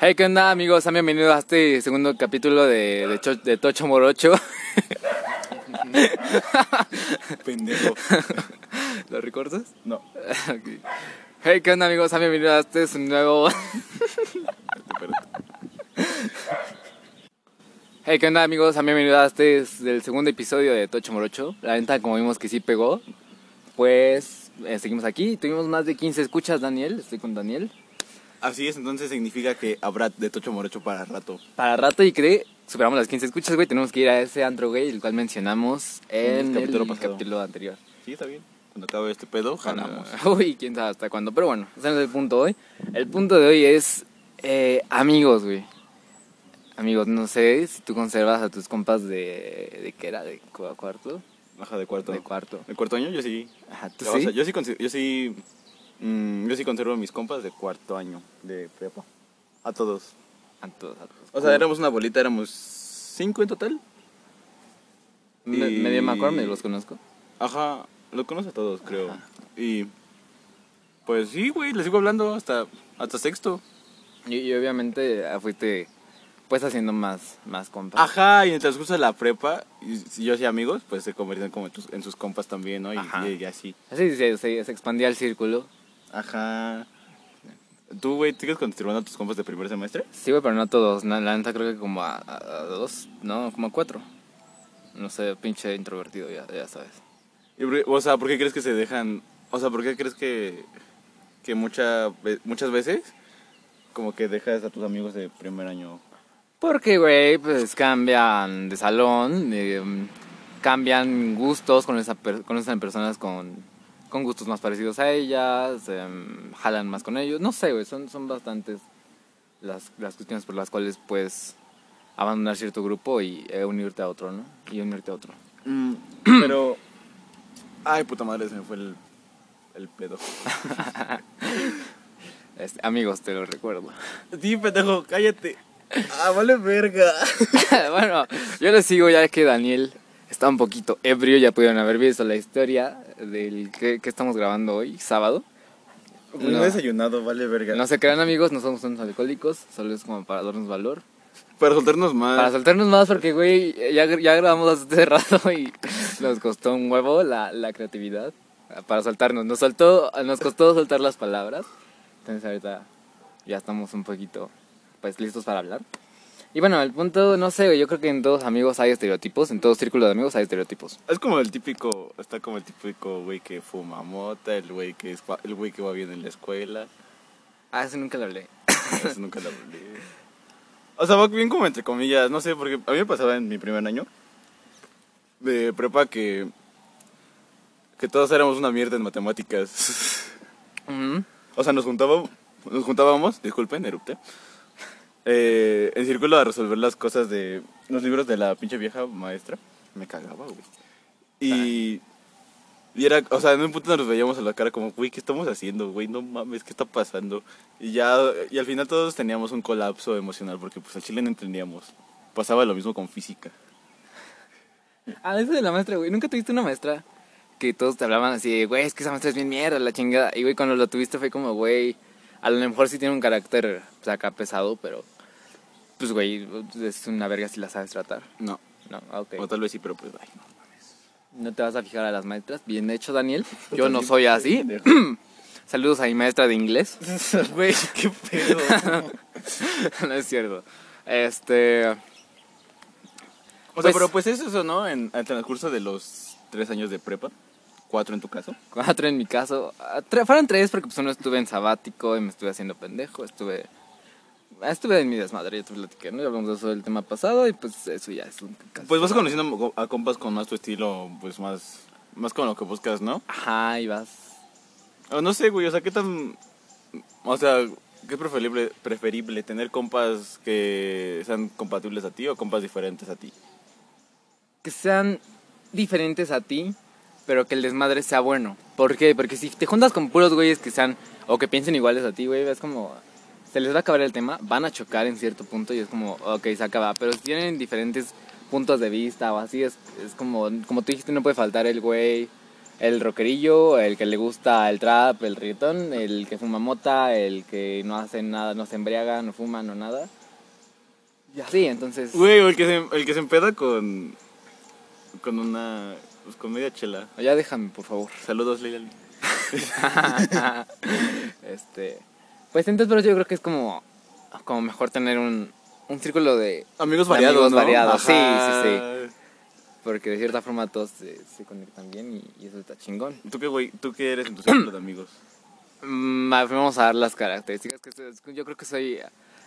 Hey, ¿qué onda amigos? Sean bienvenidos a este segundo capítulo de, de, Cho- de Tocho Morocho. Pendejo. ¿Lo recordas? No, Ok. Hey, ¿qué onda amigos? Sean bienvenidos a este su nuevo... espérate. Hey, ¿qué onda amigos? Sean bienvenidos a este es el segundo episodio de Tocho Morocho. La venta, como vimos que sí pegó, pues eh, seguimos aquí. Tuvimos más de 15 escuchas, Daniel. Estoy con Daniel. Así es, entonces significa que habrá de Tocho Morocho para rato. Para rato y cree, superamos las 15 escuchas, güey. Tenemos que ir a ese antro gay, el cual mencionamos en, el, capítulo capítulo, pasado. anterior. Sí, está bien. Cuando acabe este pedo, ganamos. Uy, quién sabe hasta cuándo. Pero bueno, ese no es el punto de hoy. El punto de hoy es eh, amigos, güey. Amigos, no sé si tú conservas a tus compas de. ¿De qué era? ¿De cu- cuarto? Baja de cuarto. De cuarto. ¿De cuarto año? Yo sí. Ajá, ¿tú O sí? sea, yo sí, consi- yo sí, mm, yo sí conservo a mis compas de cuarto año de prepa. A todos. Uh. A todos, a todos. O sea, éramos una bolita, éramos cinco en total. Me, y- Medio me acuerdo, me los conozco. Ajá, lo conoce a todos, creo. Y pues sí, güey, le sigo hablando hasta, hasta sexto. Y, y obviamente ah, fuiste. Pues haciendo más, más compas. Ajá, y en el transcurso de la prepa, y si yo hacía amigos, pues se convertían como en, tus- en sus compas también, ¿no? Y, Ajá. y- y así. Así se, se- se expandía el círculo. Ajá. ¿Tú, güey, sigues conservando a tus compas de primer semestre? Sí, güey, pero no a todos. no, la neta creo que como a, a- a dos, no, como a cuatro. No sé, pinche introvertido, ya, ya sabes. Y por qué- o sea, ¿por qué crees que se dejan? O sea, ¿por qué crees que, que mucha, ve- muchas veces como que dejas a tus amigos de primer año? Porque, güey, pues cambian de salón, eh, cambian gustos con esa per- conocen personas con, con gustos más parecidos a ellas, em, jalan más con ellos, no sé, güey, son, son bastantes las, las cuestiones por las cuales puedes abandonar cierto grupo y eh, unirte a otro, ¿no? Y unirte a otro. pero... Mm. Ay, puta madre, se me fue el, el pedo. Este, amigos, te lo recuerdo. Sí, pendejo, cállate. Ah, vale verga. bueno, yo les sigo ya que Daniel está un poquito ebrio, ya pudieron haber visto la historia del que, que estamos grabando hoy, sábado. No, he desayunado, vale verga. No se crean amigos, no somos unos alcohólicos, solo es como para darnos valor. Para soltarnos más. Para soltarnos más porque, güey, ya, ya grabamos hace rato y nos costó un huevo la, la creatividad. Para soltarnos, nos, soltó, nos costó soltar las palabras. Entonces ahorita ya estamos un poquito, pues, listos para hablar. Y bueno, el punto, no sé, güey, yo creo que en todos amigos hay estereotipos, en todo círculo de amigos hay estereotipos. Es como el típico, está como el típico güey que fuma mota, el güey que es, el güey que va bien en la escuela. Ah, eso nunca lo hablé. Eso nunca lo olvidé. O sea, va bien como entre comillas, no sé, porque a mí me pasaba en mi primer año de prepa que que todos éramos una mierda en matemáticas. Ujú. O sea, nos juntábamos, nos juntábamos, disculpen, erupte, en círculo a resolver las cosas de los libros de la pinche vieja maestra. Me cagaba, güey. Y, y era, o sea, en un punto nos veíamos a la cara como, güey, ¿qué estamos haciendo, güey? No mames, ¿qué está pasando? Y ya, y al final todos teníamos un colapso emocional porque pues al chile no entendíamos. Pasaba lo mismo con física. A veces Ah, de la maestra, güey. ¿Nunca tuviste una maestra que todos te hablaban así, de, güey, es que esa maestra es bien mierda, la chingada? Y, güey, cuando lo tuviste fue como, güey, a lo mejor sí tiene un carácter, pues acá pesado, pero, pues, güey, es una verga si la sabes tratar. No. No, ah, ok. O tal vez sí, pero pues, ay, no. No te vas a fijar a las maestras. Bien hecho, Daniel. Yo no soy así. Saludos a mi maestra de inglés. Güey, qué pedo. no es cierto. Este. O sea, Pues- pero pues es eso, ¿no? En el transcurso de los tres años de prepa, cuatro en tu caso. Cuatro en mi caso. Ah, tre- fueron tres porque pues uno estuve en sabático y me estuve haciendo pendejo. Estuve. ah, Estuve en mi desmadre, ya te platiqué, ¿no? Ya hablamos de eso del tema pasado y pues eso ya es un caso. Pues vas conociendo co- a compas con más tu estilo, pues más, más con lo que buscas, ¿no? Ajá, y vas. O no sé, güey, o sea, ¿qué tan... O sea, ¿qué es preferible, preferible tener compas que sean compatibles a ti o compas diferentes a ti? Que sean diferentes a ti, pero que el desmadre sea bueno. ¿Por qué? Porque si te juntas con puros güeyes que sean. o que piensen iguales a ti, güey, es como. Se les va a acabar el tema, van a chocar en cierto punto y es como, ok, se acaba. Pero si tienen diferentes puntos de vista o así, es, es como, como tú dijiste, no puede faltar el güey el rockerillo, el que le gusta el trap, el reggaetón, el que fuma mota, el que no hace nada, no se embriaga, no fuma, no nada. Y así, entonces. Güey, o el que se, el que se empeda con. con una. pues, con media chela. Ya déjame, por favor. Saludos, Leila. este. Pues entonces, pero yo creo que es como. como mejor tener un, un círculo de. Amigos de variados. amigos ¿no? variados, sí, Ajá. sí, Porque de cierta forma todos se, se conectan bien y, y eso está chingón. ¿Tú qué, güey? ¿Tú qué eres en tu círculo de amigos? Mm, a ver, vamos a dar las características que soy- yo creo que soy.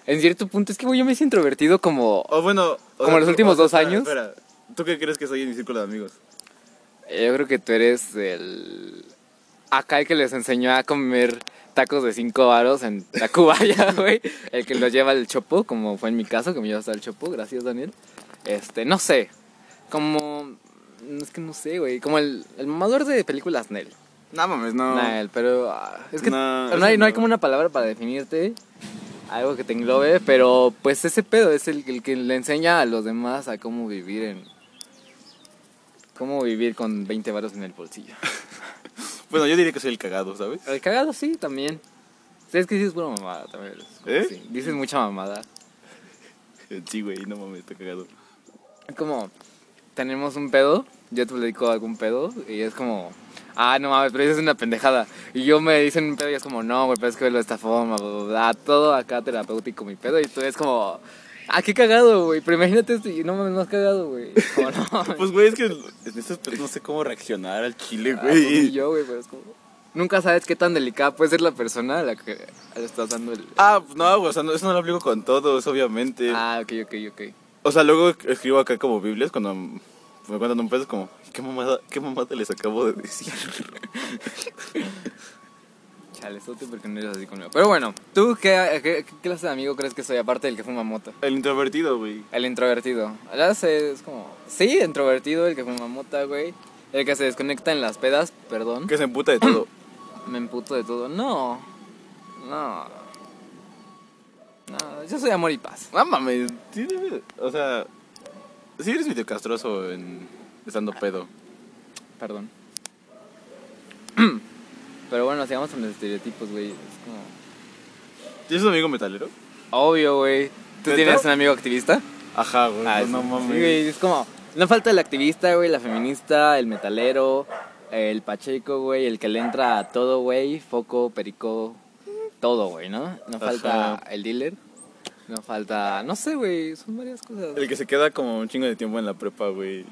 En cierto punto, es que güey, yo me hice introvertido como. O Oh, bueno. o Como sea, los tú- últimos o sea, dos espera, años. Espera, ¿tú qué crees que soy en mi círculo de amigos? Yo creo que tú eres el. Acá el que les enseñó a comer tacos de cinco varos en Tacubaya, güey. El que los lleva al chopo, como fue en mi caso, que me llevó hasta el chopo. Gracias, Daniel. Este, no sé. Como. no, Es que no sé, güey. Como el, el mamador de películas Nel. No mames, no. Nel, pero. ah, es que No, no, hay, eso no hay no. como una palabra para definirte. Algo que te englobe, pero pues ese pedo es el, el que le enseña a los demás a cómo vivir en. cómo vivir con 20 varos en el bolsillo. Bueno, yo diría que soy el cagado, ¿sabes? El cagado sí, también. Sí, es que dices pura mamada también. ¿Eh? Sí, dices mucha mamada. Sí, güey, no mames, está cagado. Es como, tenemos un pedo, yo te platico algún pedo, y es como, ah, no mames, pero eso es una pendejada. Y yo me dicen un pedo y es como, no, güey, pero es que lo de esta forma, bla, bla, bla, todo acá terapéutico mi pedo, y tú es como, ah, qué cagado, güey, pero imagínate esto, y no mames, no has cagado, güey. Es Como, no, Pues, güey, es que en esas pues, no sé cómo reaccionar al chile, ah, pues, ni güey. yo, güey, pero es como, nunca sabes qué tan delicada puede ser la persona a la que le estás dando el... Ah, pues, no, güey, o sea, no- eso no lo aplico con todos, obviamente. ah, ok, ok, ok. O sea, luego escribo acá como Biblias cuando me cuentan un pedo, es como, ¿qué mamada, qué mamada les acabo de decir? Chale, sote porque no eres así conmigo. Pero bueno, ¿tú qué, qué- qué clase de amigo crees que soy aparte del que fuma mota? El introvertido, güey. El introvertido. Ahora sé, es como... Sí, introvertido, el que fuma mota, güey. El que se desconecta en las pedas, perdón. Que se emputa de todo. Me emputo de todo. No. No. No, yo soy amor y paz. No mames, sí, debe- o sea, sí eres medio castroso en estando pedo. Perdón. Pero bueno, sigamos con los estereotipos, güey. Es como... ¿Tienes un amigo metalero? Obvio, güey. ¿Tú ¿Neta? tienes un amigo activista? Ajá, güey, Ah, pues, no sí, mames. sí, güey, es como, no falta el activista, güey, la feminista, el metalero, el pacheco, güey, el que le entra a todo, güey, foco, perico, todo, güey, ¿no? No falta Ajá. el dealer, no falta, no sé, güey, son varias cosas. El que se queda como un chingo de tiempo en la prepa, güey.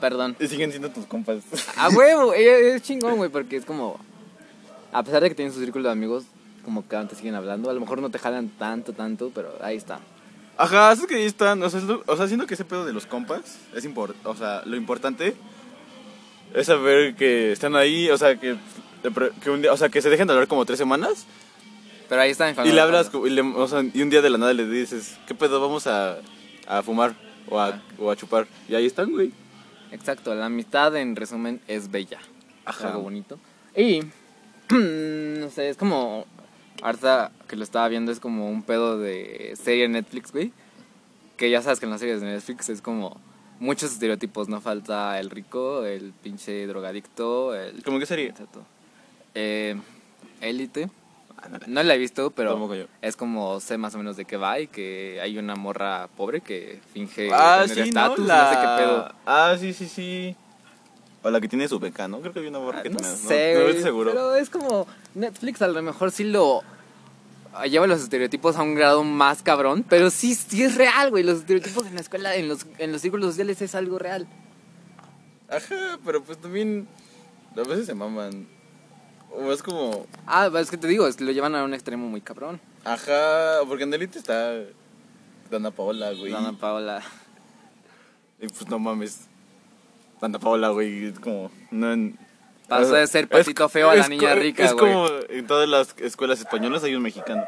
Perdón. Y siguen siendo tus compas. A huevo, eh, es chingón, güey, porque es como, a pesar de que tienen su círculo de amigos, como que te siguen hablando, a lo mejor no te jalan tanto, tanto, pero ahí está. Ajá, es que ahí están. O sea, es lo- o sea, siento que ese pedo de los compas es importante. O sea, lo importante es saber que están ahí. O sea, que, que un día- o sea, que se dejen de hablar como tres semanas. Pero ahí está mi Y familia. le hablas, co- y, le- o sea, y un día de la nada le dices, ¿qué pedo? Vamos a, a fumar o a, o a chupar. Y ahí están, güey. Exacto, la amistad en resumen es bella. Ajá. Algo bonito. Y, no sé, es como, ahorita que lo estaba viendo es como un pedo de serie en Netflix, güey. Que ya sabes que en las series de Netflix es como muchos estereotipos, no falta el rico, el pinche drogadicto, el... ¿Cómo que sería? Exacto. Eh, élite. Ah, no, no. No la he visto, pero Tampoco yo. es como sé más o menos de qué va y que hay una morra pobre que finge Ah, tener sí, estatus, no, no, la- sé qué pedo. Ah, sí, sí, sí. O la que tiene su beca, ¿no? Creo que vi una borra que Ah, no tenía, sé, No, güey, estoy seguro. pero es como Netflix a lo mejor sí lo ah, lleva los estereotipos a un grado más cabrón, pero sí, sí es real, güey. Los estereotipos en la escuela, en los, en los círculos sociales es algo real. Ajá, pero pues también a veces se maman. O es como, Ah, es que te digo, es que lo llevan a un extremo muy cabrón. ajá, porque en Elite está Dana Paola, güey. Dana Paola. Y pues no mames. Dana Paola, güey, es como no en- Pasó de ser patito feo a la niña co- rica, Es güey. como en todas las escuelas españolas hay un mexicano.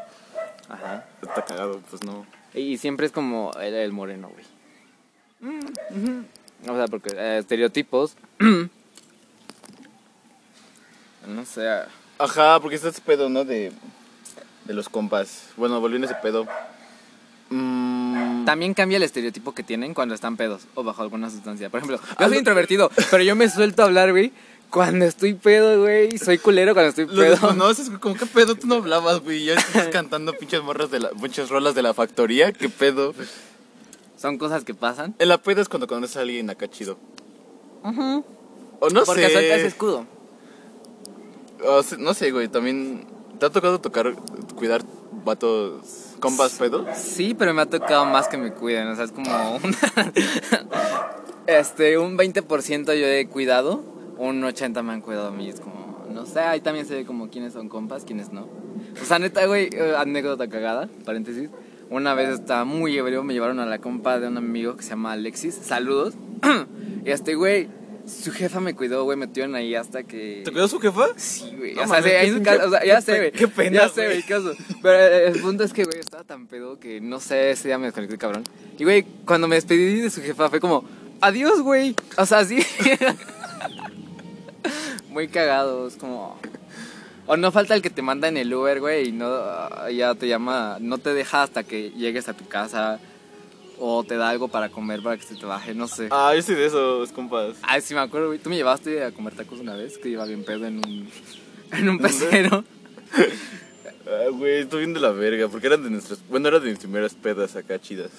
Ajá. Está cagado, pues no. Y, y siempre es como el, el moreno, güey. Mm, O sea, porque eh, estereotipos. no sé. ah, Ajá, porque está ese pedo, ¿no? De, de los compas. Bueno, volviendo a ese pedo. Mm, También cambia el estereotipo que tienen cuando están pedos o bajo alguna sustancia. Por ejemplo, Ah, yo soy introvertido, pero yo me suelto a hablar, güey. Cuando estoy pedo, güey. Soy culero cuando estoy Lo pedo. desconoces, güey, como qué pedo tú no hablabas, güey. Ya estás cantando pinches morras de la, pinches rolas de la factoría, qué pedo. Son cosas que pasan. En la peda es cuando conoces a alguien acá chido. O no Porque sé. sueltas escudo. o se- no sé, güey, también. ¿Te ha tocado tocar, cuidar vatos, combas pedos? Sí, pero me ha tocado más que me cuiden. O sea, es como un. este, un 20% yo he cuidado, un 80% me han cuidado a mí. Es como. No sé, ahí también se ve como quiénes son compas, quiénes no. O sea, neta, güey, eh, anécdota cagada, paréntesis. Una vez estaba muy ebrio, me llevaron a la compa de un amigo que se llama Alexis. Saludos. y este, güey, su jefa me cuidó, güey, me tuvieron ahí hasta que. ¿Te cuidó su jefa? Sí, güey. No o, sea, mames, sí, ahí qué en su casa- o sea, pe- ya qué sé, pe- güey. qué pena, Ya sé, güey. güey, qué oso. Pero eh, el punto es que, güey, estaba tan pedo que no sé, ese día me desconecté, cabrón. Y, güey, cuando me despedí de su jefa fue como, adiós, güey. O sea, sí. Muy cagados, como. O no falta el que te manda en el Uber, güey, y no, ya te llama, no te deja hasta que llegues a tu casa. O te da algo para comer para que se te baje, no sé. Ah, yo soy de esos compas. Ay, sí me acuerdo, güey. Tú me llevaste a comer tacos una vez que iba bien pedo en un, en un pecero. Ah, güey, estoy bien de la verga, porque eran de nuestras. Bueno, eran de mis primeras pedas acá chidas.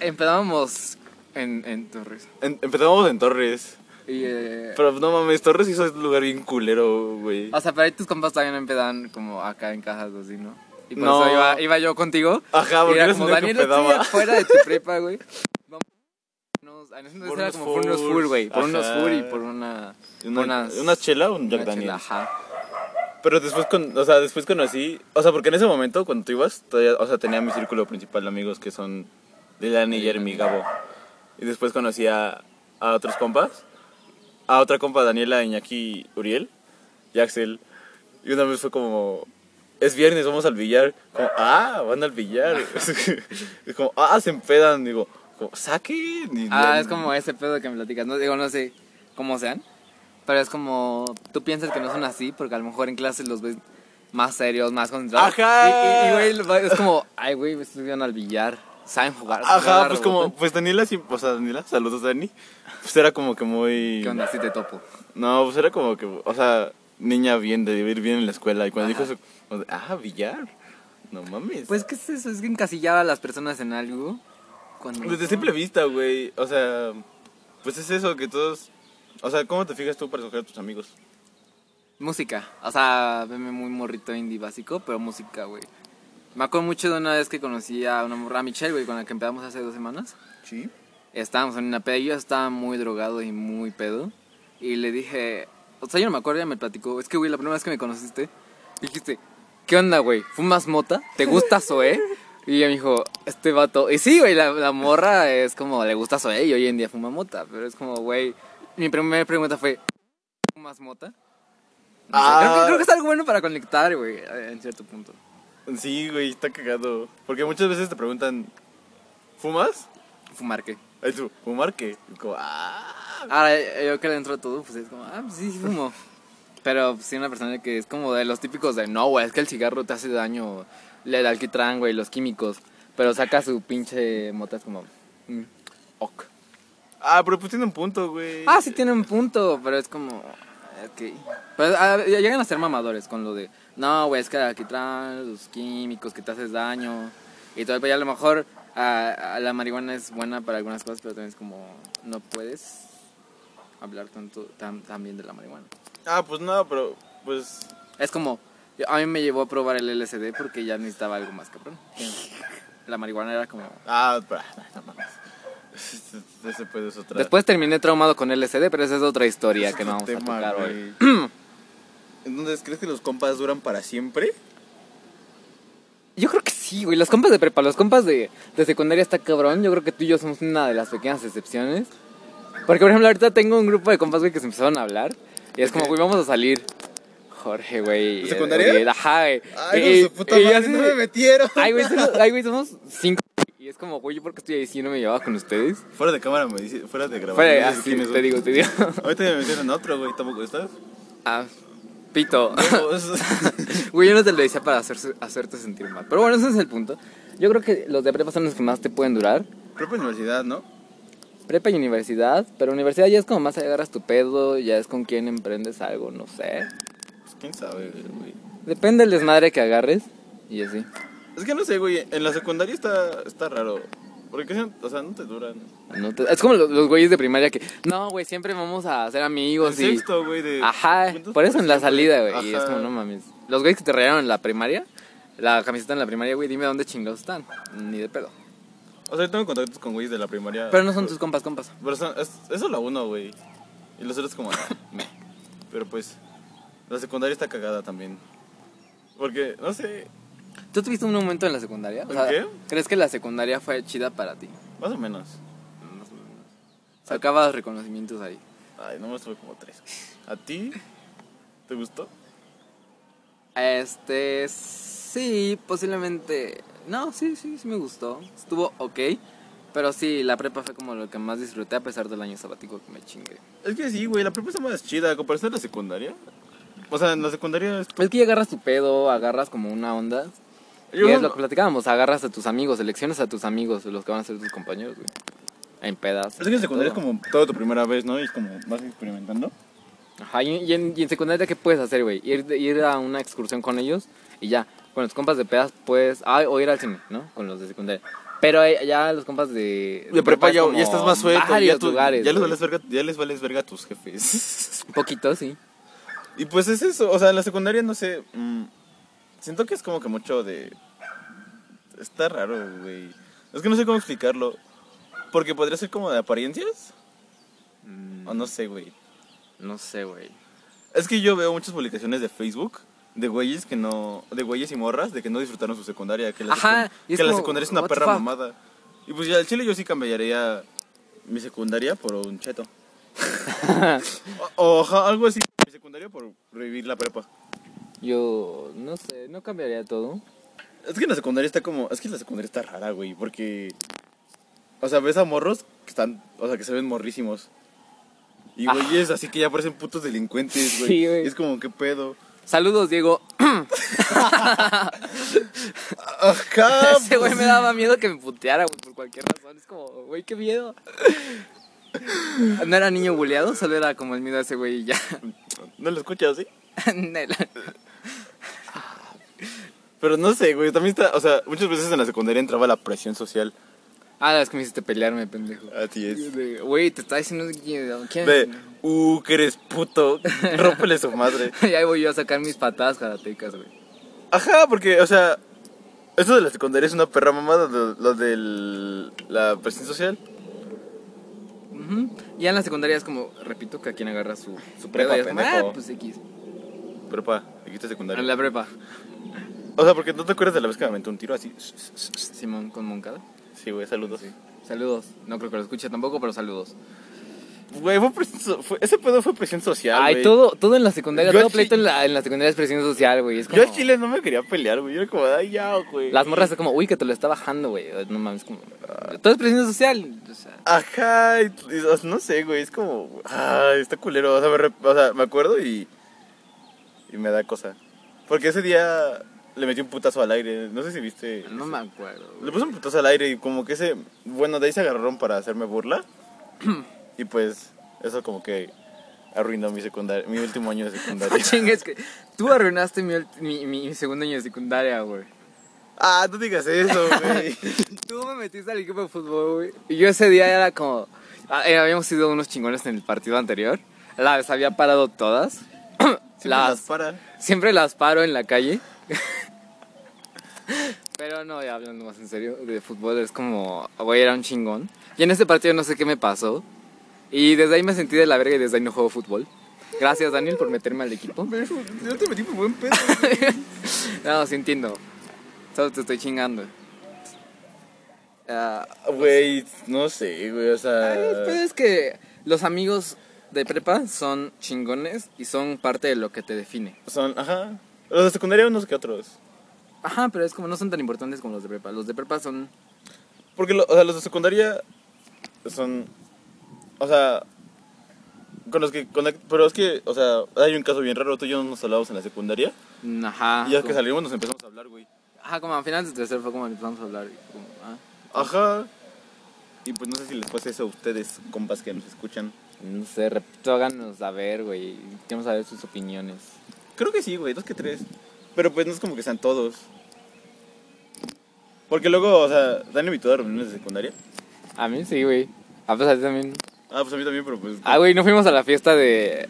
Empezábamos en, en Torres. En- empezábamos en Torres. Y, eh, Pero no mames, Torres hizo un lugar bien culero, güey. o sea, pero ahí tus compas también empezaban como acá en casas así, ¿no? Y por No. eso iba, iba yo contigo. Ajá, y porque era eres como el único Daniel, que estoy pedaba". afuera de tu prepa, güey. Vamos. unos- En ese entonces era unos como por unos furs, full, güey. Por unos ajá. full y por una. Una, unas- una chela, un Jack una Daniel. chela, ajá. Pero después, con, o sea, después conocí, o sea, porque en ese momento, cuando tú ibas, todavía, o sea, tenía mi círculo principal de amigos que son Lilani y Jeremy Gabo. Y después conocí a, a otros compas, a otra compa, Daniela, Iñaki, Uriel y Axel. Y una vez fue como, es viernes, vamos al billar. Como, ah, van al billar. es como, ah, se empedan. Digo, como, saquen. Y Ah, ya- es como ese pedo que me platicas. No digo, no sé cómo sean, pero es como tú piensas que no son así porque a lo mejor en clases los ves más serios, más concentrados. Ajá. Y- Y, y, güey, lo- es como, ay, güey, me estuvieron al billar, saben jugar. saben Ajá, jugar pues al como, rebote. pues Daniela, siempre- o sea, Daniela, saludos Dani. Pues era como que muy... ¿Qué onda? Sí te topo. No, pues era como que, o sea, niña bien, de vivir bien en la escuela. Y cuando Ajá. dijo eso, como de, ah, billar. No mames. Pues, ¿qué es eso? Es que encasillar a las personas en algo. Cuando Desde Pues, simple vista, güey. O sea, pues es eso que todos. O sea, ¿cómo te fijas tú para escoger a tus amigos? Música. O sea, veme muy morrito indie básico, pero música, güey. Me acuerdo mucho de una vez que conocí a una morra, a Michelle, güey, con la que empezamos hace dos semanas. Sí. Estábamos en una peda y yo estaba muy drogado y muy pedo. Y le dije, o sea, yo no me acuerdo, ella me platicó. Es que, güey, la primera vez que me conociste, dijiste, ¿qué onda, güey? ¿Fumas mota? ¿Te gusta Zoé? Y ella me dijo, este vato. Y sí, güey, la, la morra es como, le gusta Zoé y hoy en día fuma mota. Pero es como, güey, mi primera pregunta fue, ¿fumas mota? No sé, creo, que, creo que es algo bueno para conectar, güey, eh, en cierto punto. Sí, güey, está cagado. Porque muchas veces te preguntan, ¿fumas? Fumar qué. Ahí tú, ¿fumar qué? Y como, ah. Ahora, eh, yo que dentro de todo, pues es como, ah, pues sí, sí fumo. Pero pues, sí, una persona que es como de los típicos de, no, güey, es que el cigarro te hace daño, el alquitrán, güey, los químicos. Pero saca su pinche mota, es como, mm, ok. Ah, pero pues tiene un punto, güey. Ah, sí tiene un punto, pero es como, ok. Pero ah, llegan a ser mamadores con lo de, no, güey, es que el alquitrán, los químicos, que te haces daño. Y todo, pero ya a lo mejor ah, ah, la marihuana es buena para algunas cosas, pero también es como, no puedes hablar tanto, tan, tan bien de la marihuana. Ah, pues no, pero pues. Es como, a mí me llevó a probar el LSD porque ya necesitaba algo más cabrón. La marihuana era como... Ah, pero. No mames. Ese pedo es otra. Después terminé traumado con LSD, pero esa es otra historia que no vamos a Este Tema, tocar hoy. güey. Entonces, ¿crees que los compas duran para siempre? Yo creo que sí, güey. Los compas de prepa, los compas de, de secundaria está cabrón. Yo creo que tú y yo somos una de las pequeñas excepciones. Porque, por ejemplo, ahorita tengo un grupo de compas, güey, que se empezaron a hablar. Y es como, güey, vamos a salir. Jorge, güey. ¿De secundaria? Uriel, ajá, güey. Ay, no, su puta y yo madre, Eh, así no de- me metieron. Ay, güey, somos, ay, güey, somos cinco. Y es como, güey, yo porque estoy ahí si no me llevaba con ustedes. Fuera de cámara me dice, fuera de grabación. Fue me dices así, quién es, te güey. digo, te digo. Ahorita me metieron a otro, güey, tampoco estás. Pues, Ah, pito. Huevos. Güey, yo no te lo decía para hacerse- hacerte sentir mal. Pero bueno, ese es el punto. Yo creo que los de prepa son los que más te pueden durar. Propia universidad, ¿no? Prepa y universidad, pero universidad ya es como más agarras tu pedo, ya es con quién emprendes algo, no sé. Pues quién sabe, güey. Depende del desmadre que agarres y así. Es que no sé, güey. En la secundaria está, está raro. Porque, o sea, no te duran. No te- es como los, los güeyes de primaria que, no, güey, siempre vamos a ser En amigos y... sexto, güey. de- Ajá, juntos por eso en la siempre. salida, güey. Y es Ajá. como, no mames. Los güeyes que te rayaron en la primaria, la camiseta en la primaria, güey, dime dónde chingados están. Ni de pedo. O sea, yo tengo contactos con güeyes de la primaria. Pero no son tus compas, compas. Pero son- es, eso la uno, güey. Y los otros como... "Ah, meh. Pero pues, la secundaria está cagada también. Porque, no sé, ¿Tú tuviste un momento en la secundaria? O ¿En sea, qué? ¿Crees que la secundaria fue chida para ti? más o menos. Más o menos. Sacabas reconocimientos ahí. Ay, no me estuve como tres. ¿A ti? ¿Te gustó? Este, sí, posiblemente. No, sí, sí, sí me gustó. Estuvo ok. Pero sí, la prepa fue como lo que más disfruté a pesar del año sabático que me chingué. Es que sí, güey, la prepa está más chida. A comparación de la secundaria. O sea, en la secundaria... es- Es que ya agarras tu pedo, agarras como una onda. Y Yo- es lo que platicábamos, agarras a tus amigos, seleccionas a tus amigos, los que van a ser tus compañeros, güey. En pedas. Es que en secundaria todo. es como toda tu primera vez, ¿no? Y es como vas experimentando. Ajá, y, y en, y en secundaria, ¿qué puedes hacer, güey? Ir, de- ir a una excursión con ellos y ya. Con los compas de pedas, puedes. Ah, o ir al cine, ¿no? Con los de secundaria. Pero eh, ya los compas de. De prepa es ya, como ya estás más suelto. Varios ya tú- lugares. Ya les, güey. vales verga, ya les vales verga a tus jefes. Un poquito, sí. Y pues es eso, o sea, en la secundaria no sé. mm, siento que es como que mucho de. Está raro, güey. Es que no sé cómo explicarlo. Porque podría ser como de apariencias. Mm, O no sé, güey. No sé, güey. Es que yo veo muchas publicaciones de Facebook de güeyes que no. de güeyes y morras de que no disfrutaron su secundaria. Que la, Ajá, secun- y es que la como, secundaria es una what the perra fuck. mamada. Y pues ya al chile yo sí cambiaría mi secundaria por un cheto. o, o ajá, algo así. Mi secundaria por revivir la prepa. Yo. No sé, no cambiaría todo. Es que la secundaria está como. Es que la secundaria está rara, güey. Porque. O sea, ves a morros que están. O sea, que se ven morrísimos. Y Ah. güeyes, así que ya parecen putos delincuentes, güey. Sí, güey. Y Es como, ¿qué pedo? Saludos, Diego. Ajá. Ese güey me daba miedo que me puteara, güey, por cualquier razón. Es como, güey, qué miedo. No era niño buleado, solo era como el miedo a ese güey y ya. No lo escuchas, ¿sí? Nel. Pero no sé, güey. También está. O sea, muchas veces en la secundaria entraba la presión social. ah, la vez que me hiciste pelearme, pendejo. Así es. De, Güey, te está diciendo quién. quién- De. Uh, que eres puto. Rómpele su madre. Y ahí voy yo a sacar mis patadas karatecas, güey. Ajá, porque, o sea. Eso de la secundaria es una perra mamada. Lo, lo de la presión social. Ujú. Ya en la secundaria es como, repito, que a quien agarra su, su Prepa, prepa, y es como, pendejo. ah, pues X. Prepa, aquí está secundaria. En la prepa. O sea, porque no te acuerdas de la vez que me aventé un tiro así. Simón con Moncada. Sí, güey, saludos. Saludos. No creo que lo escuche tampoco, pero saludos. Güey, fue presión so- fue- ese pedo fue presión social. Ay, güey. todo, todo en la secundaria, Yo todo sí- pleito en la, en la secundaria es presión social, güey. Es Yo a como- Chile no me quería pelear, güey. Yo era como, ay, ya, güey. Las morras es como, uy, que te lo está bajando, güey. No mames, como. Todo es presión social. O sea, Ajá, y- y- o sea, no sé, güey. Es como, ay, está culero. O sea, me, re- o sea, me acuerdo y. Y me da cosa. Porque ese día le metí un putazo al aire. No sé si viste. no me acuerdo. Le güey. puse un putazo al aire y como que ese... Bueno, de ahí se agarraron para hacerme burla. y pues eso como que arruinó mi secundaria, mi último año de No secundaria. chingues que. Tú arruinaste mi, ult- mi, mi segundo año de secundaria, güey. ah, no digas eso, güey. Tú me metiste al equipo de fútbol, güey. Y yo ese día era como. ah, eh, habíamos sido unos chingones en el partido anterior. Las había parado todas. Siempre las las, para. siempre las paro en la calle. Pero no, ya hablando más en serio, de fútbol es como, güey, era un chingón. Y en ese partido no sé qué me pasó. Y desde ahí me sentí de la verga y desde ahí no juego fútbol. Gracias, Daniel, por meterme al equipo. Yo te metí por buen pedo. No, sí entiendo. Solo te estoy chingando. Ah, Güey, no sé, güey, o sea... Ay, Pero es que los amigos de prepa son chingones y son parte de lo que te define. Son, ajá. Los de secundaria unos que otros. Ajá, pero es como no son tan importantes como los de prepa. Los de prepa son... Porque, lo- o sea, los de secundaria son... O sea... Con los que... conect- pero es que, o sea, hay un caso bien raro. Tú y yo nos hablábamos en la secundaria. mm, Ajá. y ya que como- salimos nos empezamos a hablar, güey. Ajá, como a finales de tercero fue como empezamos a hablar. y como, ah. Ajá. Y pues no sé si les pasa eso a ustedes, compas que nos escuchan. No sé, repito, háganos saber, güey. Queremos saber sus opiniones. Creo que sí, güey, dos que tres. Pero pues no es como que sean todos. Porque luego, o sea, ¿te han invitado a reuniones de secundaria? A mí sí, güey. A pesar de también. Ah, pues a mí también, pero pues Ah, güey, no fuimos a la fiesta de,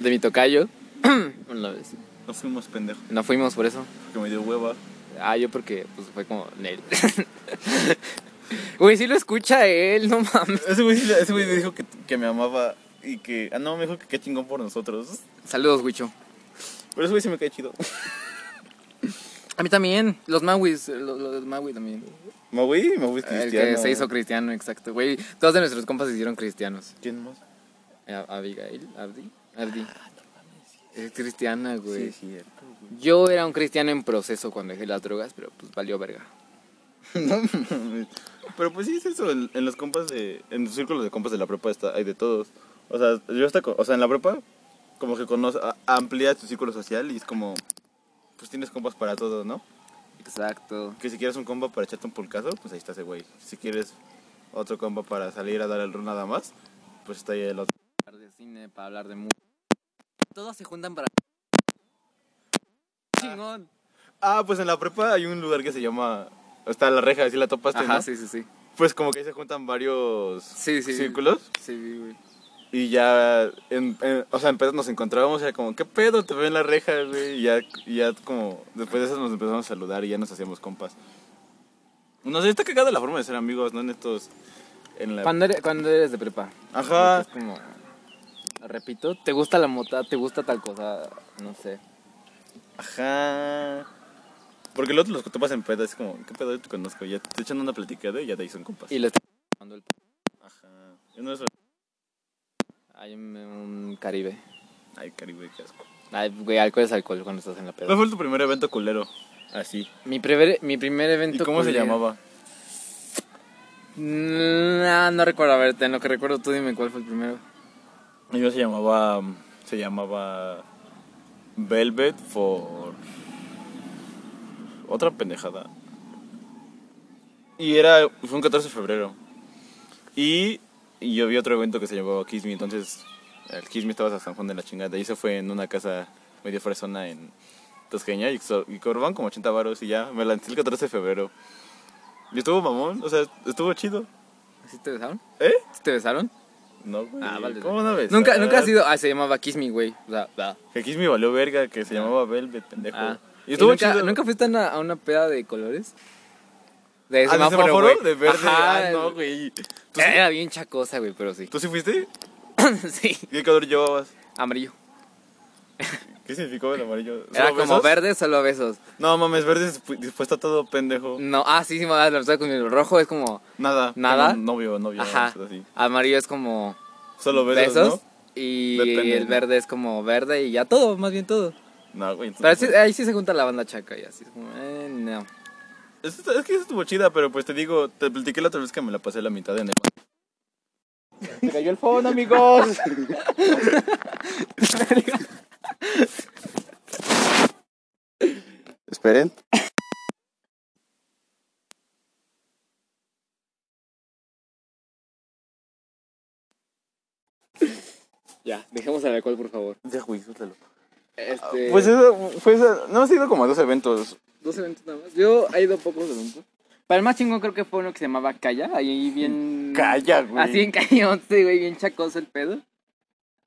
de mi tocayo. Una vez. no fuimos pendejos. No fuimos por eso. Porque me dio hueva. Ah, yo porque pues, fue como. Nel. Güey, sí lo escucha él, no mames. Ese güey, sí- ese güey me dijo que, que me amaba y que... Ah, no, me dijo que qué chingón por nosotros. Saludos, Wicho. Pero ese güey sí me cae chido. A mí también, los Mauis, los, los Maui también. Maui, Maui es El cristiano. que se hizo cristiano, eh. exacto, güey. Todos de nuestros compas se hicieron cristianos. ¿Quién más? Eh, Abigail, Abdi, Abdi. Es cristiana, güey. cierto, güey. Yo era un cristiano en proceso cuando dejé las drogas, pero pues valió verga. No mames. Pero pues sí es eso, en, en los compas de... En los círculos de compas de la prepa está, hay de todos. O sea, yo hasta... co- O sea, en la prepa como que conoce, a- amplía tu círculo social y es como... Pues tienes compas para todo, ¿no? Exacto. Que si quieres un compa para echarte un pulcazo, pues ahí está ese güey. Si quieres otro compa para salir a dar el run nada más, pues está ahí el otro. Hablar de cine, para hablar de Ah. música. Todos se juntan para. Chingón. Ah, pues en la prepa hay un lugar que se llama... Está la reja, si la topaste, Ajá, ¿no? sí, sí, sí. Pues como que ahí se juntan varios Sí, sí. círculos. Sí, vi, güey. Y ya, en, en- o sea, en pedo nos encontrábamos y era como, ¿qué pedo? Te veo en la reja, güey. Y ya, y ya como, después de eso nos empezamos a saludar y ya nos hacíamos compas. No sé, está cagada la forma de ser amigos, ¿no? En estos, en la... ¿Cuándo eres, cuándo eres de prepa? Ajá. Es como. Repito, ¿te gusta la mota? ¿Te gusta tal cosa? No sé. Ajá. Porque luego los que topas en pedo es como, ¿qué pedo? Yo te conozco. Ya te echan una platicada y ya te ahí son compas. Y le está tomando el. Ajá. Yo no soy- Hay un, un Caribe. Ay, Caribe, qué asco. Ay, güey, alcohol es alcohol cuando estás en la ¿Cuál peda. fue tu primer evento culero? Así. Mi primer, mi primer evento. ¿Y cómo se culero. llamaba? Nah, no recuerdo. A ver, en lo que recuerdo tú dime cuál fue el primero. El mío se llamaba. Se llamaba. Velvet for. Otra pendejada. Y era. Fue un 14 de febrero. Y. y yo vi otro evento que se llamaba Kiss Me. Entonces. El Kiss Me estaba hasta San Juan de la chingada. Y se fue en una casa medio fresona en Tosqueña. Y, so- y cobraban como 80 varos. Y ya me lancé el 14 de febrero. Y estuvo mamón. O sea, estuvo chido. ¿Sí te besaron? ¿Eh? ¿Sí te besaron? No, güey. Ah, vale. ¿Cómo no ves? Nunca, nunca ha sido. Ah, se llamaba Kiss Me, güey. O sea, ah. Que Kiss Me valió verga, que se llamaba Velvet, pendejo. Ah. Y estuvo nunca, chido. ¿Nunca fuiste a una, a una peda de colores? De ¿Ah, de semáforo? güey. De verde. Ajá. Ah, no, güey. ¿Tú, sí, Era bien chacosa, güey, pero sí. tú sí fuiste? sí, ¿Qué color llevabas? amarillo. ¿Qué significó el amarillo? ¿Solo Era como besos? verde, solo besos. No mames, verde es pu- dispuesto a todo, pendejo. No, ah, sí, sí, me vas a lanzar con el rojo, es como. Nada. ¿Nada? Como Novio, novio. Ajá. cosas así. Amarillo es como. Solo besos, Besos. Y Depende, el ¿no? verde es como verde y ya todo, más bien todo. ¿no? No, güey. Pero entonces- sí- ahí sí se junta la banda chaca y así. Es como, eh, no. Es, es que estuvo chida, pero pues te digo, te platiqué la otra vez que me la pasé la mitad en el... Se cayó el fondo, amigos. Esperen. Ya, dejemos el alcohol, por favor. Ya, güey, suéltalo. Este, Pues eso, fue eso. No, ha sido como a dos eventos. Dos eventos nada más. Yo he ido a pocos eventos. Para el más chingón creo que fue uno que se llamaba Calla, ahí bien... Calla, güey. Así en Calle 11, güey, bien chacoso el pedo.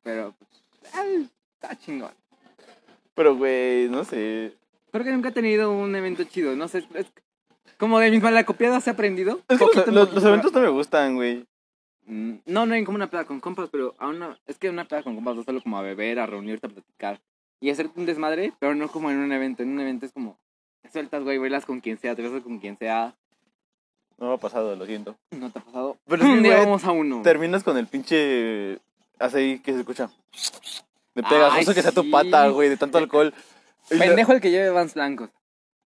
Pero, pues, ay, está chingón. Pero, güey, no sé. Creo que nunca he tenido un evento chido, no sé, es, es- como de mis malacopiadas he aprendido. Es que Poquito, los, los- poquito, los pero- eventos no me gustan, güey. Mm, No, no en como una peda con compas, pero a una, es que una peda con compas vas solo como a beber, a reunirte, a platicar y hacerte un desmadre, pero no como en un evento. En un evento es como, te sueltas, güey, bailas con quien sea, te besas con quien sea. No me ha pasado, lo siento. No te ha pasado. Pero es un que, día güey, vamos a uno. Terminas con el pinche. Así que se escucha. De pegas, Ay, eso que sea tu sí. pata, güey, de tanto alcohol. Y la- Pendejo el que lleve vans blancos.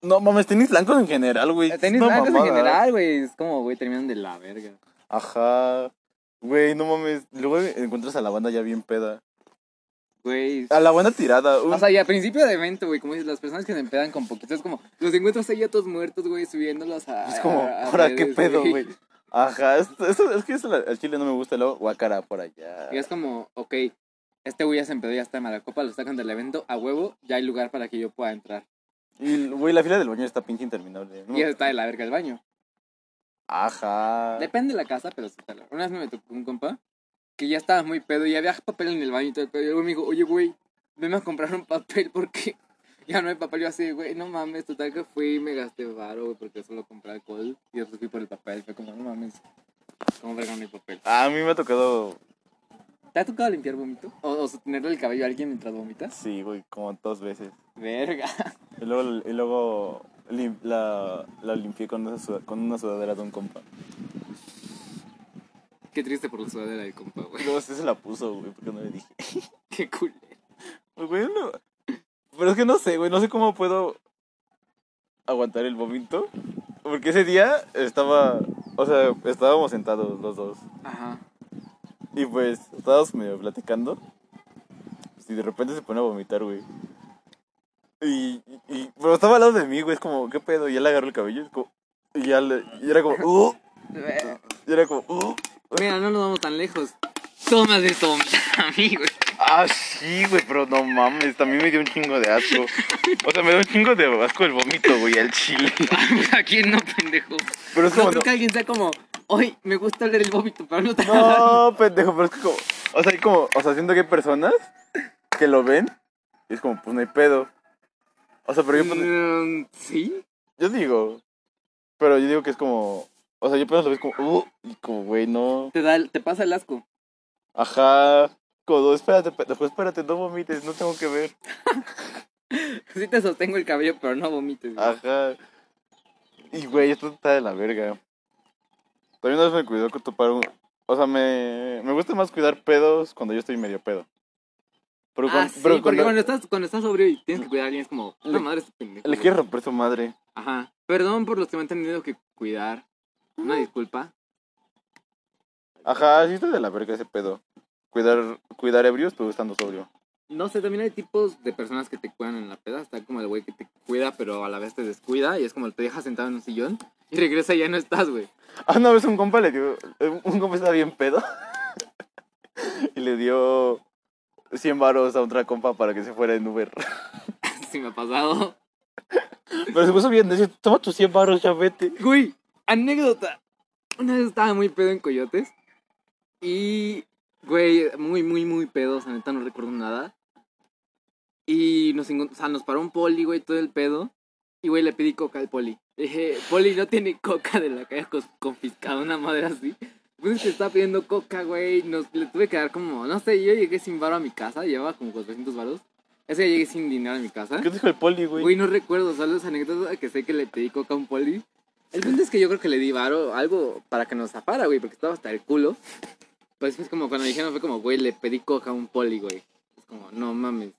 No mames, tenis blancos en general, güey. es Eh, Tenis una blancos mamada. ¿eh? en general, güey, es como, güey, terminan de la verga. Ajá. Güey, no mames. Luego encuentras a la banda ya bien peda. Güey. A la banda tirada. uh, un- O sea, y al principio de evento, güey, como dices, las personas que se empedan con poquito, ah, es como, los encuentras ahí a todos muertos, güey, subiéndolos a... es como, a- a ahora qué redes, pedo, güey. Ajá, es, es- es que eso la- al chile no me gusta, luego guacara por allá. Y es como, ok, este güey ya se empedó, ya está en mala copa, lo sacan del evento, a huevo, ya hay lugar para que yo pueda entrar. Y, güey, la fila del baño está pinche interminable. ¿no? Ah. Y eso está de la verga el baño. Ajá. Depende de la casa, pero sí está la- Una vez me tocó un compa que ya estaba muy pedo y había papel en el baño y todo el pedo. Y luego me dijo, oye, güey, venme a comprar un papel porque ya no hay papel. Yo así, güey, no mames, total que fui y me gasté varo, güey, porque solo compré alcohol y después fui por el papel. Fue como, no mames, ¿cómo verga no hay papel? A mí me ha tocado, ¿Te ha tocado limpiar vómito? ¿O, o sostenerle el cabello a alguien mientras vomitas? sí, güey, como dos veces. Verga. Y luego, y luego lim- la, la limpié con una, suda- con una sudadera de un compa. Qué triste por la sudadera del compa, Y güey. luego sí se la puso, güey, porque no le dije. Qué cool. Pues, güey, no- Pero es que no sé, güey, no sé cómo puedo aguantar el vómito. Porque ese día estaba, o sea, estábamos sentados los dos. Ajá. Y pues, estábamos medio platicando. Pues, y de repente se pone a vomitar, güey. Y, y- y- pero estaba al lado de mí, güey, es como, ¿qué pedo? Y él agarró el cabello, es como- y ya le- y era como, ¡uh! Y era como, ¡uh! Eh, Mira, no nos vamos tan lejos. Toma de toma, amigo. Ah, sí, güey, pero no mames, también me dio un chingo de asco. O sea, me dio un chingo de asco el vómito, güey, al chile. ¿A quién no, pendejo? Pero es No como, creo que alguien sea como, hoy me gusta oler el vómito, pero no te no, pendejo, pero es que como, o sea, hay como, o sea, siento que hay personas que lo ven y es como, pues no hay pedo. O sea, pero yo, pues, Mm, ¿Sí? yo digo, pero yo digo que es como, o sea, yo apenas lo ves como, uh, y como, güey, no, Te, da, el- te pasa el asco. ajá, como, no, espérate, pendejo, espérate, no vomites, no tengo que ver. Sí te sostengo el cabello, pero no vomites. Ah, güey. Ajá. Y, güey, esto está de la verga. También una vez me cuidó que topar un... O sea, me, me gusta más cuidar pedos cuando yo estoy medio pedo. Pero, Ah, cuan- sí, pero porque cuando cuando estás, cuando estás sobrio y tienes que cuidar a alguien es como, Le- no madre, este pendejo. le güey". quieres romper su madre. Ajá. Perdón por los que me han tenido que cuidar. Una disculpa. Ajá, sí está de la verga ese pedo. Cuidar, cuidar ebrios, pero estando sobrio. No sé, también hay tipos de personas que te cuidan en la peda. Está como el güey que te cuida, pero a la vez te descuida. Y es como te deja sentado en un sillón y regresa y ya no estás, güey. Ah, una vez un compa le dio... eh, Un compa estaba bien pedo. y le dio 100 varos a otra compa para que se fuera en Uber. Sí me ha pasado. pero se puso bien, dice, toma tus 100 varos, ya vete. Güey, anécdota. Una vez estaba muy pedo en Coyotes. Y, güey, muy, muy, muy pedo. O sea, neta, no recuerdo nada. Y nos, encon- o sea, nos paró un poli, güey, todo el pedo. Y, güey, le pedí coca al poli. Le Dije, poli, no tiene coca de la que haya cos- confiscado una madre así. Pues que estaba pidiendo coca, güey. Nos, le tuve que dar como, no sé, yo llegué sin varo a mi casa. Llevaba como 400 varos. Ese día llegué sin dinero a mi casa. ¿Qué dijo el poli, güey? Güey, no recuerdo, solo es anécdota que sé que le pedí coca a un poli. El punto es que yo creo que le di varo, algo para que nos zapara, güey, porque estaba hasta el culo. Pues es como cuando dijeron, fue como, güey, le pedí coca a un poli, güey. Es como, no mames,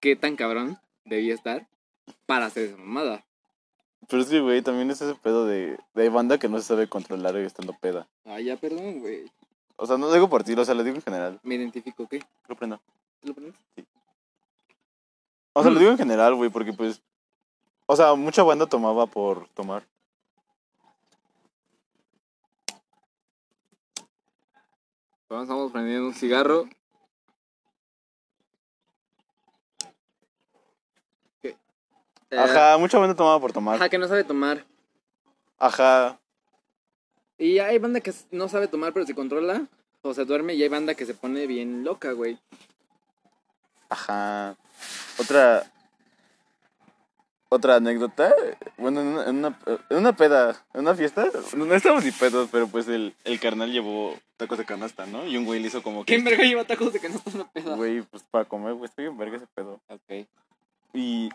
qué tan cabrón debía estar para hacer esa mamada. Pero es que, güey, también es ese pedo de, de banda que no se sabe controlar y estando peda. Ay, Ah, ya, perdón, güey. O sea, no lo digo por ti, o sea, lo digo en general. Me identifico, ¿qué? Lo prendo. ¿Te lo pones? O sea, Mm. lo digo en general, güey, porque pues... O sea, mucha banda tomaba por tomar. Vamos, vamos prendiendo un cigarro. Eh, Ajá, mucha banda tomaba por tomar. Ajá, que no sabe tomar. Ajá. Y hay banda que no sabe tomar, pero se controla. O se duerme y hay banda que se pone bien loca, güey. Ajá. Otra... Otra anécdota. Bueno, en una, en una, en una peda, en una fiesta. No, no estábamos ni pedos, pero pues el, el carnal llevó tacos de canasta, ¿no? Y un güey le hizo como que... ¿Quién verga lleva tacos de que no está una peda? Güey, pues para comer, güey, estoy en verga ese pedo. Ok. Y.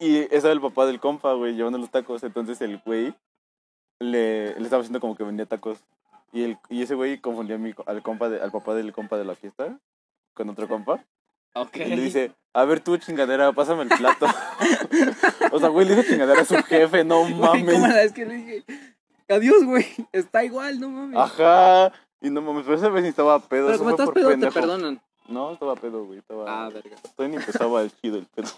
Y estaba el papá del compa, güey, llevando los tacos. Entonces el güey le, le estaba haciendo como que vendía tacos. Y, el, y ese güey confundió a mi, al, compa de- al papá del compa de la fiesta con otro compa. Ok. Y le dice: A ver, tú, chingadera, pásame el plato. o sea, güey, le dice chingadera a su jefe, no Güey, ¿cómo mames. la vez que le dije? Adiós, güey. Está igual, no mames. Ajá. Y no mames, pero esa vez ni estaba pedo. Pero eso como Ah, fue estás por pedo, pendejo. te perdonan. No, estaba pedo, güey. Estaba. Ah, verga. Todavía ni empezaba el chido el pedo.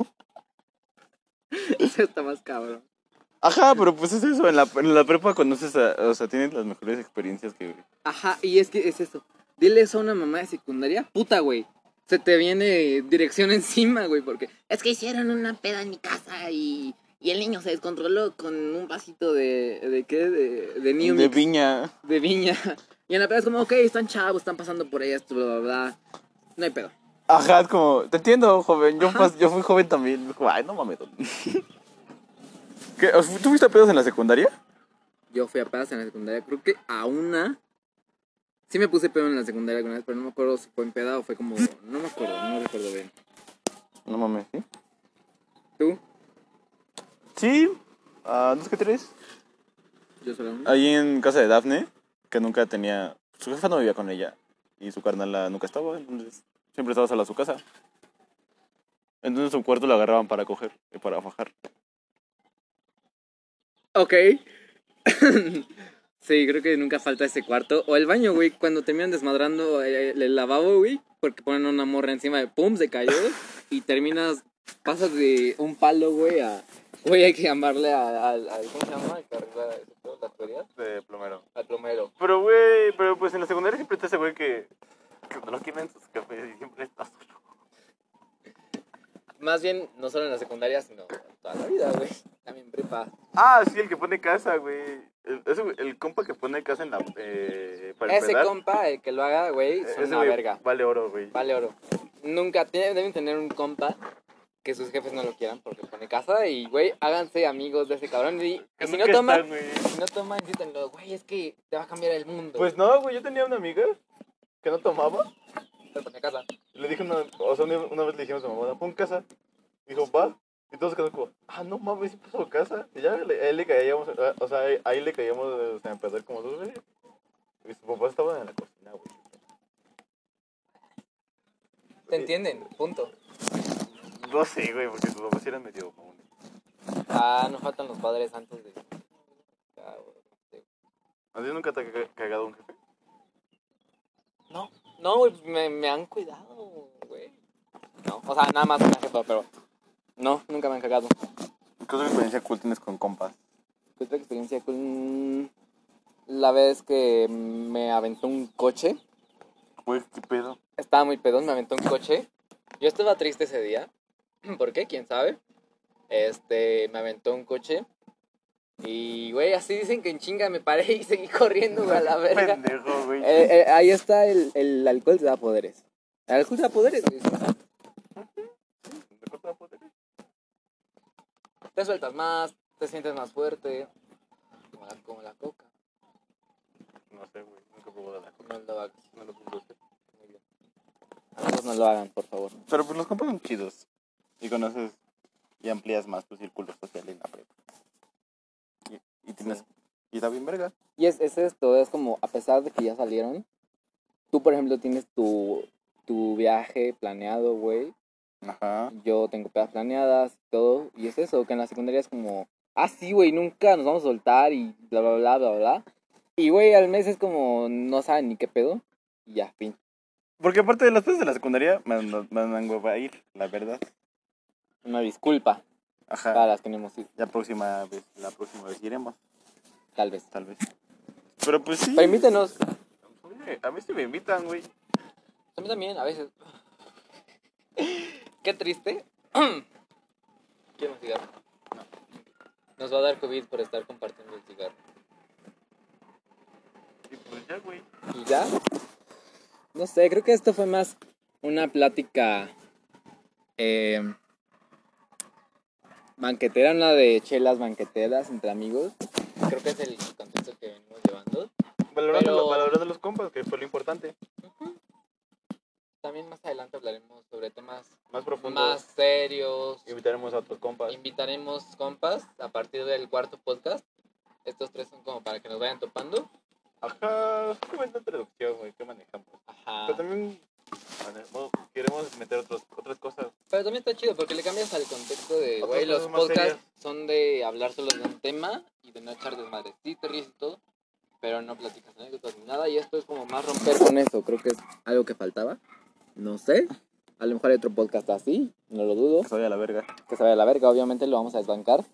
Eso está más cabrón. Ajá, pero pues es eso, en la, en la prepa conoces a, o sea, tienes las mejores experiencias que... Ajá, y es que es eso. Dile eso a una mamá de secundaria, puta, güey. Se te viene dirección encima, güey, porque es que hicieron una peda en mi casa y, y el niño se descontroló con un vasito de. ¿De qué? De, de New De Mix, viña. de viña. Y en la peda es como, ok, están chavos, están pasando por esto, bla, bla, bla. No hay pedo. Ajá, es como, te entiendo, joven, yo, pas- yo fui joven también. Ay, no mames. ¿Qué? O sea, ¿Tú fuiste a pedos en la secundaria? Yo fui a pedas en la secundaria, creo que a una. Sí me puse pedo en la secundaria alguna vez, pero no me acuerdo si fue en peda o fue como. No me acuerdo, no recuerdo bien. No mames, ¿sí? ¿Tú? Sí, a dos que tres. Yo solo. una. Ahí en casa de Dafne, que nunca tenía... Su jefa no vivía con ella y su carnala nunca estaba, entonces siempre estaba sola a su casa. Entonces su cuarto la agarraban para coger y para fajar. Ok. sí, creo que nunca falta ese cuarto. O el baño, güey, cuando terminan desmadrando eh, el, el lavabo, güey, porque ponen una morra encima de pum, se cayó. y terminas, pasas de un palo, güey, a. Güey, hay que llamarle a- al. al- ¿Cómo se llama? El que arregla eso, todas las teorías. De plomero. Al plomero. Pero, güey, pero pues en la secundaria siempre está ese güey que, que no lo quieren sus cafés y siempre está solo. Más bien, no solo en la secundaria, sino toda la vida, güey. También prepa. Ah, sí, el que pone casa, güey. El, ese güey- el compa que pone casa en la. Eh, para Ese empedar. compa, el que lo haga, güey, Eh, son ese una güey verga. Vale oro, güey. Vale oro. Nunca tiene- deben tener un compa que sus jefes no lo quieran porque pone casa y, güey, háganse amigos de ese cabrón. Y, y Que si no nunca toman, están, güey. si no toman, dítenlo, güey, es que te va a cambiar el mundo. Pues no, güey, yo tenía una amiga que no tomaba. Pero pone casa. Le dije una, o sea, una, una vez le dijimos a mi mamá, pon casa. Dijo, va. Y todos quedaron como, ah, no mames, sí puso casa. Y ya le, ahí le caíamos, eh, o sea, ahí, ahí le caíamos eh, o sea, a empezar como dos veces. Y su papá estaba en la cocina, güey. Te entienden, punto. No sé, güey, porque su papá sí era medio mamón. Ah, no faltan los padres antes de. Ah, güey. ¿A ti nunca te ha ca- cagado un jefe? No, no, güey, pues me, me han cuidado, güey. No, o sea, nada más una jefa, pero. No, nunca me han cagado. ¿Qué otra experiencia cool tienes con compas? ¿Qué otra experiencia con la vez que me aventó un coche? Güey, qué pedo. Estaba muy pedón, me aventó un coche. Yo estaba triste ese día. ¿Por qué? ¿Quién sabe? Este, me aventó un coche. Y, güey, así dicen que en chinga me paré y seguí corriendo, güey, a la verga. Pendejo, güey. Eh, eh, ahí está el, el alcohol te da poderes. El alcohol te da poderes, güey. Te sueltas más, te sientes más fuerte. Como la, como la coca, No sé, güey. Nunca probó la como el tabaco. No lo puedo hacer. Muy bien. Amigos, no lo hagan, por favor. Pero pues los compas son chidos. Y conoces y amplías más tu círculo social en la prepa. Y, y tienes. Y está bien verga. Y es, es esto, es como, a pesar de que ya salieron, tú, por ejemplo, tienes tu, tu viaje planeado, güey. Ajá. Yo tengo pedas planeadas y todo. Y es eso, que en la secundaria es como, ah, sí, güey, nunca nos vamos a soltar y bla, bla, bla, bla, bla. Y, güey, al mes es como, no saben ni qué pedo. Y ya, fin. Porque aparte de las cosas de la secundaria, me dan- me dan hueva a ir, la verdad. Una disculpa para Ajá. las que no hemos ido, La próxima vez, la próxima vez iremos, tal vez. tal vez. Pero pues sí. Pero invítenos. Oye, Pues A mí sí me invitan, güey. A mí también, a veces. Qué triste. Quiero un cigarro. Nos va a dar COVID por estar compartiendo el cigarro. Y pues ya, güey. ¿Y ya? No sé, creo que esto fue más una plática eh, banquetera, una de chelas banqueteras entre amigos. Creo que es el contexto que venimos llevando. Valorando, Pero- valorando los compas, que fue lo importante. También más adelante hablaremos sobre temas Más profundo. más serios. Invitaremos a otros compas. Invitaremos compas a partir del cuarto podcast. Estos tres son como para que nos vayan topando. Ajá. Qué buena introducción, güey. Qué manejamos. Ajá. Pero también manejamos- queremos meter otros, otras cosas. Pero también está chido porque le cambias al contexto de, Otras güey, los cosas más podcasts serias. son de hablar solo de un tema y de no echar desmadre. Sí, te ríes y todo, pero no platicas anécdotas ni nada. Y esto es como más romper con eso. Creo que es algo que faltaba. No sé. A lo mejor hay otro podcast así, no lo dudo. Soy a la verga. Que se vaya a la verga, obviamente lo vamos a desbancar.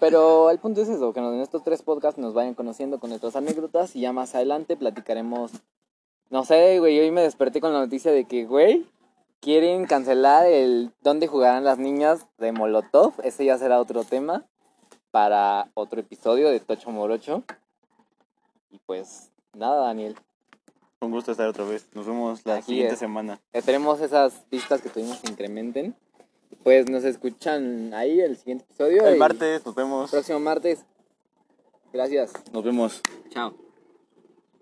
Pero el punto es eso, que en estos tres podcasts nos vayan conociendo con nuestras anécdotas y ya más adelante platicaremos. No sé, güey, hoy me desperté con la noticia de que, güey, quieren cancelar el dónde jugarán las niñas de Molotov. Ese ya será otro tema para otro episodio de Tocho Morocho. Y pues nada, Daniel. Un gusto estar otra vez. Nos vemos la Así siguiente es. semana. Esperemos esas pistas que tuvimos se incrementen. Y Pues nos escuchan ahí el siguiente episodio. El y martes nos vemos. Próximo martes. Gracias. Nos vemos. Chao.